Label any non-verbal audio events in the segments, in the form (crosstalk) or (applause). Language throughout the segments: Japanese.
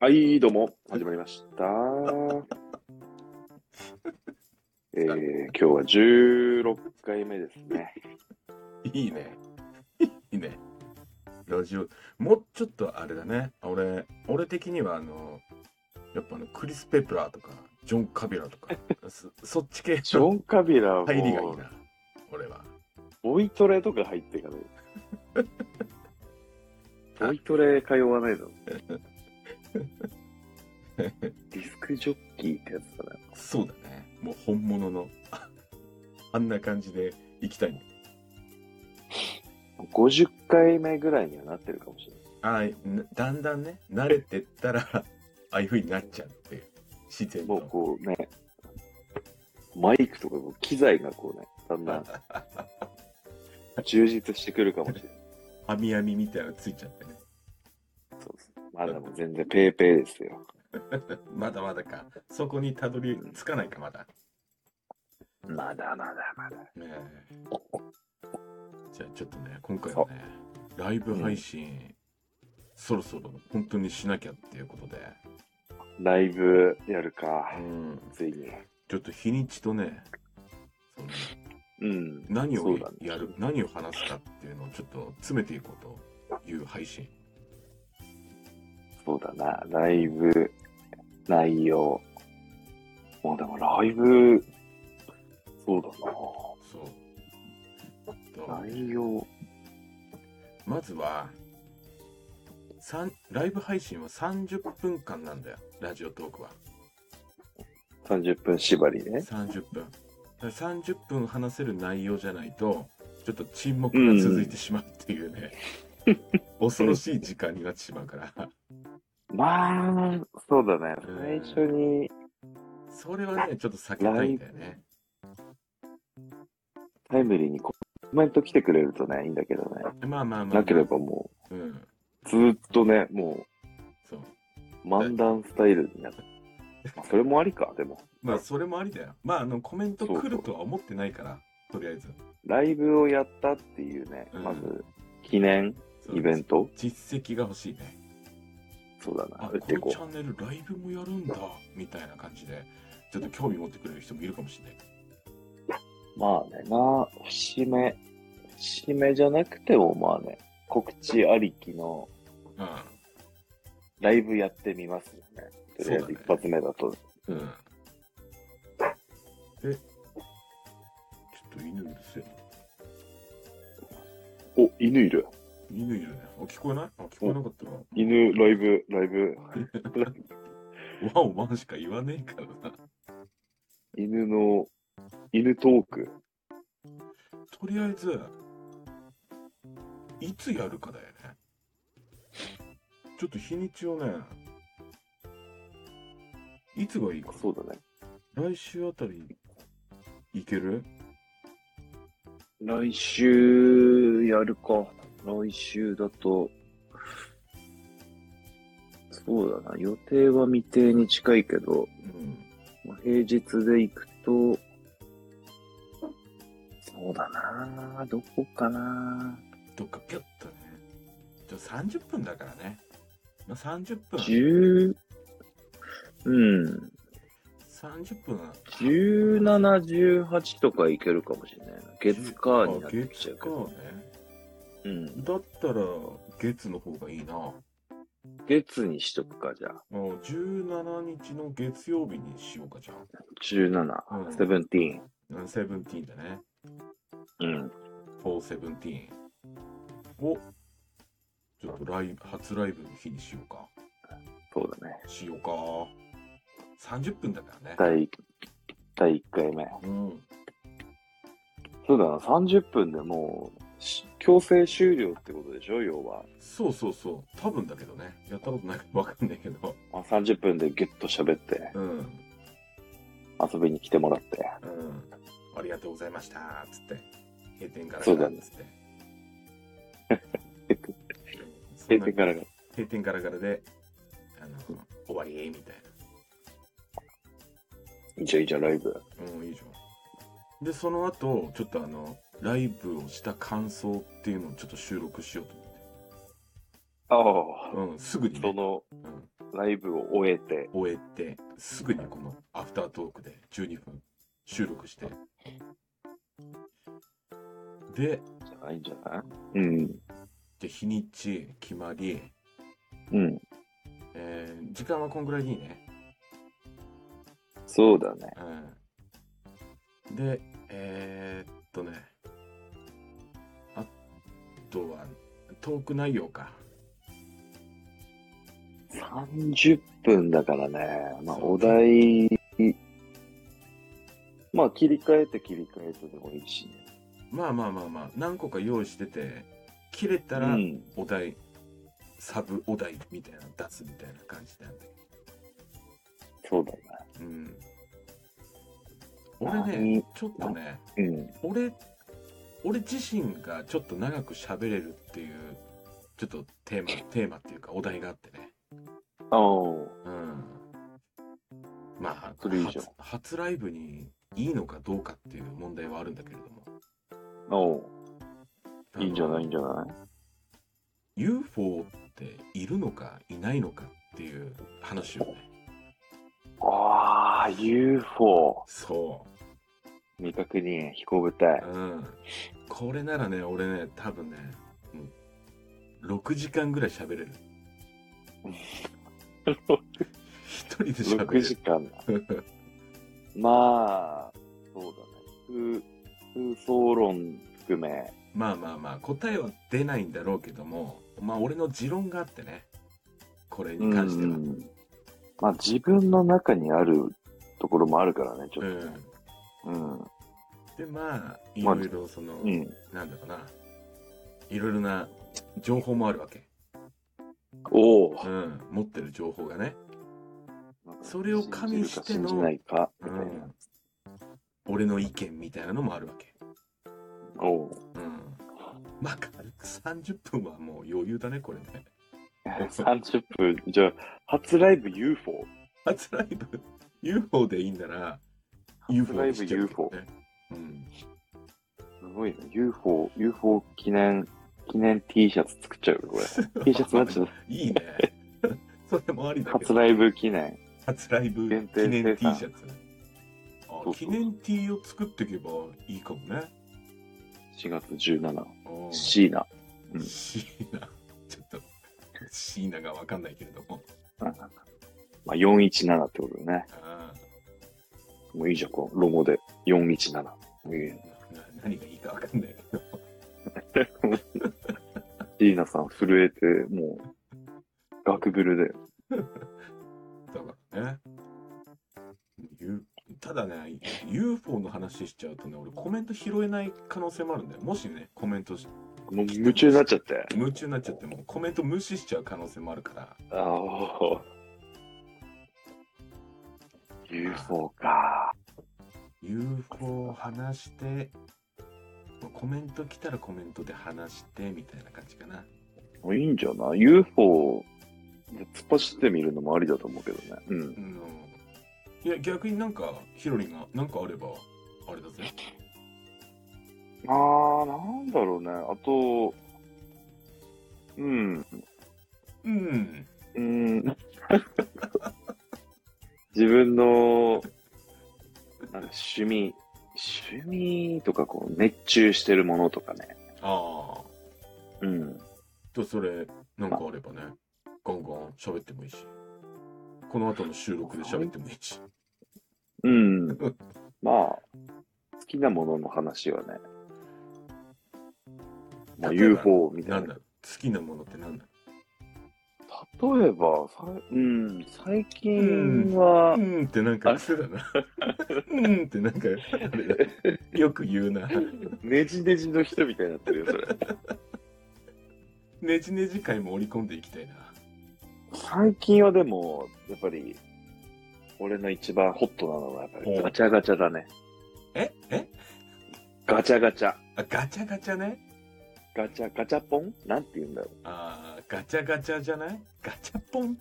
はい、どうも、始まりま (laughs) した。えー、今日は16回目ですね。いいね。 (laughs) いいね。ラジオ、もうちょっとあれだね。俺、俺的にはあの、やっぱあの、クリス・ペプラーとか、ジョン・カビ (laughs) ラとか、そそっち系ジのョン・カビラは入りがいいもう、な。俺は。ボイトレとか入っていかない。ボイトレ通わない (laughs) の。ディスクジョッキーってやつだな。そうだね。もう本物の、 (laughs) ああんな感じで行きたいんだ。 50回目ぐらいにはなってるかもしれない。ああ、なだんだんね、慣れてったら、 (laughs) ああいう風になっちゃうっていう。自然もうと。こうね、マイクとかこう機材がこうね、だん (laughs) だん充実してくるかもしれない。網網みたいなのついちゃってね。そうです。まだもう全然ペーペーですよ。まだまだか。そこにたどり着かないか、まだ。まだまだまだ。ねえ。じゃあちょっとね、今回はね、ライブ配信、そろそろ本当にしなきゃっていうことで、ライブやるうか。ん、ついに。ちょっと日にちとね、そのうん。何そをうだねやる、何を話すかっていうのをちょっと詰めていこうという配信。そうだな。ライブ、内容。もうでもライブ、そうだそう。な。と内容。まずは、さんライブ配信は30分間なんだよ、ラジオトークは。 30分縛りね。 30分だから30分話せる内容じゃないとちょっと沈黙が続いてしまうってい (laughs) うね、恐ろしい時間になってしまうからまあ、そうだね。うん最初に、それはねちょっと避けたいんだよねタイムリーにコメント来てくれるとね、いいんだけどね。まあまあまあなければもうんう、ずーっとね、もそうう、漫談スタイルになって。それもありか、でも。まあそれもありだよまああのコメント来るとは思ってないからとりあえずライブをやったっていうね、うんまず、記念そうイベント実績が欲しいねそうだな、あ打っこていのこ。チャンネルライブもやるんだみたいな感じでちょっと興味持ってくれる人もいるかもしれないうまあね、な、節目、節目じゃなくても、まあね、告知ありきのうんライブやってみますよね。とりあえずそうだね一発目だと。うん。え、ちょっと犬うるせえ。お、犬いる。犬いるね。あ、聞こえないあ、聞こえなかったわ。犬、ライブ、ライブ。ワンワンしか言わねえからな。犬の、犬トーク。とりあえず、いつやるかだよね。ちょっと日にちをね、いつがいいか。そうだね。来週あたり、いける来週、やるか。来週だと、そうだな、予定は未定に近いけど、うん。もう平日で行くと、そうだなぁどこかなどっかピュッとね。ちょ、30分だからね。まあ、30分ぁ。十、うん、 30分は17、18とか行けるかもしれないな。月火になってきちゃうけど。あう月ん。火ねだったら月の方がいいなあ月にしとくか、じゃあ。 17日の月曜日にしようかじゃ17、うんセブンティーン。んセブンティーンだねうん。フォーセブンティーンをちょっとライブ初ライブの日にしようかそうだね。しようか30分だからね第、第1回目。うんそうだな、30分でもう、し強制終了ってことでしょ、要は。そうそうそう多分だけどねやったことないから分かんないけどあ30分でギュッと喋って、うんうん遊びに来てもらって。ありがとうございましたつって閉店からそうだねつってそ閉んな店からが。閉店ガラガラで、あの、終わりみたいいいじゃん、いいじゃん、ライブ。な。うん、いいじゃん。で、その後、ちょっとあの、ライブをした感想っていうのをちょっと収録しようとああ、思って。うん、すぐに、ね。その、うん、ライブを終えて、終えてすぐにこのアフタートークで12分収録してでじゃないんじゃないうん。で日にち決まり、うん。えー時間はこんぐらいでいいね、そうだね。うん、でえーっとねあとはトーク内容か30分だからね。まあ、そうお題、まあ、切り替えて切り替えてでもいいしね。まあまあまあまあ何個か用意してて切れたうらん。お題、サブお題みたいなの出すみたいな感じなんだけそうだね。どうん俺ね何ちょっとねうん。俺俺自身がちょっと長く喋れるっていうちょっとテーマテーマっていうかお題があってねああ。うんまあそれいいじゃん初初ライブにいいのかどうかっていう問題はあるんだけれどおもうあのいいんじゃないいいんじゃない UFO っているのかいないのかっていう話をねああ、UFO。そ未確認、飛行部隊う、。うん、これならね俺ね多分ね、うん、6時間ぐらい喋れる一人で喋れ6時る間だ。まあ、そうだね。空空想論含め、まあまあまあ答えは出ないんだろうけどもまあ俺の持論があってねこれに関しては、うんまあ自分の中にあるところもあるからね、ちょうっとね。ん、うん。でまあいまあろいろその、うん。なんだろうないろいろな情報もあるわけ、おおう。ん、持ってる情報がねなんかそれを加味して信のじるか信じないか、うみたいな。ん、俺の意見みたいなのもあるわけ。おおう。うん。まあ、軽く30分はもう余裕だね、これね。 30分、じゃあ、初ライブ UFO。初ライブ、UFO でいいんなら、UFO ライにブしちゃうけどね。うん。すごいね。UFO、UFO 記念、記念 T シャツ作っちゃうよ、これ。T シャツになっちゃう。いいね。 (laughs) それもありだけ初ど。ライブ記念。初ライブ限記定念生 T 産シャツ。そうそあう記念 T を作っていけばいいかもね。 4月17。うんシーナ。うんシーナ。ちょっと、シーナがわかんないけれども。まあ、417ってことだね。あーもういいじゃん、このロゴで。417。もういいねな何がいいかわかんないけど。シーナさん震えて、もう、ガクブルで。だからね。ゆただね、UFO の話しちゃうとね、俺コメント拾えない可能性もあるんだよ。もしね、コメントしもう夢中になっちゃって。夢中になっちゃっても、コメント無視しちゃう可能性もあるから。ああ。UFO か。 UFO を話して、コメント来たらコメントで話して、みたいな感じかな。もういいんじゃない ?UFO で突っ走ってみるのもありだと思うけどね。うん。うん。いや、逆になんか、ヒロリンがなんかあれば、あれだぜ。ああ、なんだろうね。あと、うん。うん。うーん (laughs) 自分のなんか趣味、趣味とかこう熱中してるものとかね。ああ。うん。とそれなんかあればねガンガン喋ってもいいしこの後の収録で喋ってもいいしうん。まあ、好きなものの話はね。まあ、例えば UFO みたないんな。だろう好きなものってなんだ例えば、さいうん、最近は、ろううんってなんか癖だなうんってなんかあれだよく言うなねじねじの人みたいになってるよ、それ。ねじねじ回も織り込んでいきたいな最近はでも、やっぱり、俺の一番ホットなのは、やっぱりおガチャガチャだね。ええガチャガチャ。あガチャガチャねガチャ、ガチャポンなんて言うんだろう。あーガチャガチャじゃないガチャポン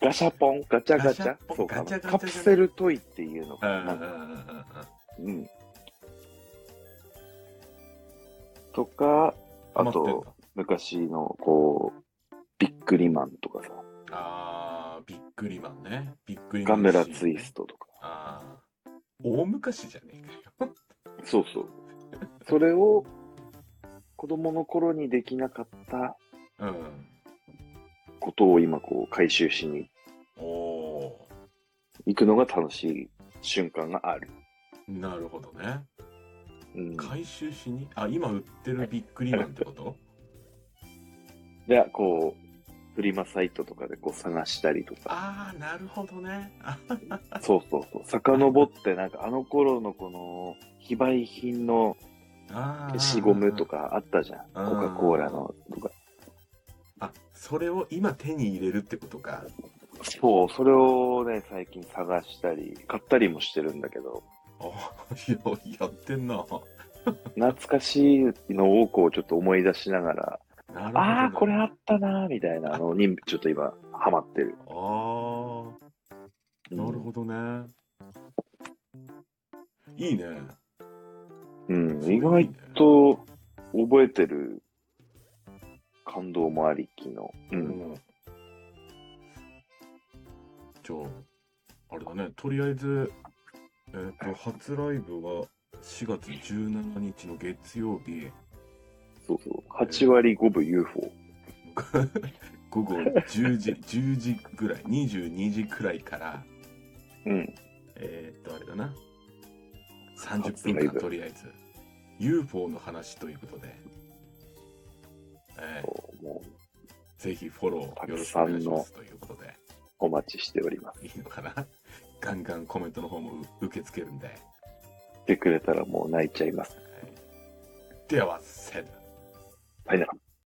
ガシャポン、ガチャガチャガシャポン。そうかガチャな。ガチカャプセルトイっていうのあかーな。あーあーうん。とか、あーあと、昔の、こう、ビックリマンとかさ。あくりマンね。びっくりマガンメラツイストとか。ああ。大昔じゃねえかよ。そうそう。それを子供の頃にできなかったうん。ことを今こう回収しにおお行くのが楽しい瞬間がある。ー。なるほどね。うん、回収しに、あ、今売ってるびっくりマンってことで、こう、フリマサイトとかでこう探したりとか。ああ、なるほどね。あそうそうそう。遡って、なんかあの頃のこの、非売品のあー。消しゴムとかあったじゃん。あーコカ・コーラのとか。あ、それを今手に入れるってことか。そう、それをね、最近探したり、買ったりもしてるんだけど、あややってんな。なるほ懐かしいのをこうちょっと思い出しながら、どね、ああ、これああったなーみたいなのに、ちょっと今、ハマってる。あー、なるど。ほどね。いいね。うん、意外と覚えてる感動もありきの。う。うんん。じゃあ、あれだね、とりあえず、えっ、と、初ライブは4月17日の月曜日、 (laughs) そうそう。8割5分 UFO。午後10時、10時 (laughs) ぐらい、22時くらいから、うん。えーっと、あれだな。30分間とりあえず。UFO の話ということで。えーそうもうぜひフォローよろしくお願いしますということで。お待ちしております。いいのかな (laughs) ガンガンコメントの方もう受け付けるんで。はい来てくれたらもう泣いちゃいます。では、せーの。